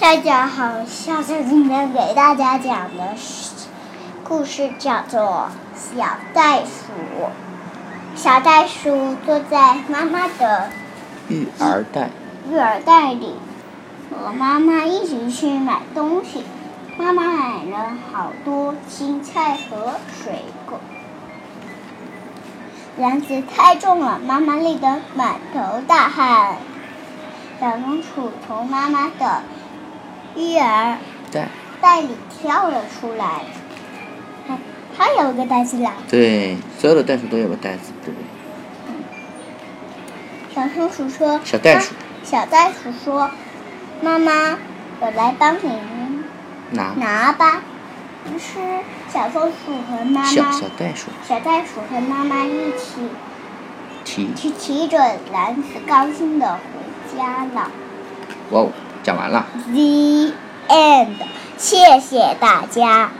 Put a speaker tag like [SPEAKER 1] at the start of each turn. [SPEAKER 1] 大家好，下次今天给大家讲的是故事叫做《小袋鼠》。小袋鼠坐在妈妈的
[SPEAKER 2] 育儿袋，
[SPEAKER 1] 育儿袋里，和妈妈一起去买东西。妈妈买了好多青菜和水果。篮子太重了，妈妈累得满头大汗。小松鼠从妈妈的育儿
[SPEAKER 2] 袋，
[SPEAKER 1] 袋里跳了出来，它它有个袋子啦。
[SPEAKER 2] 对，所有的袋鼠都有个袋子，对不对？
[SPEAKER 1] 小松鼠说：“
[SPEAKER 2] 小袋鼠
[SPEAKER 1] 啊小袋鼠说，妈妈，我来帮你
[SPEAKER 2] 拿
[SPEAKER 1] 拿吧。”于是小松鼠和妈妈
[SPEAKER 2] 小小袋鼠
[SPEAKER 1] 小袋鼠和妈妈一起
[SPEAKER 2] 提，
[SPEAKER 1] 去骑着篮子，高兴的回家了。
[SPEAKER 2] 哇哦，讲完了。
[SPEAKER 1] The end，谢谢大家。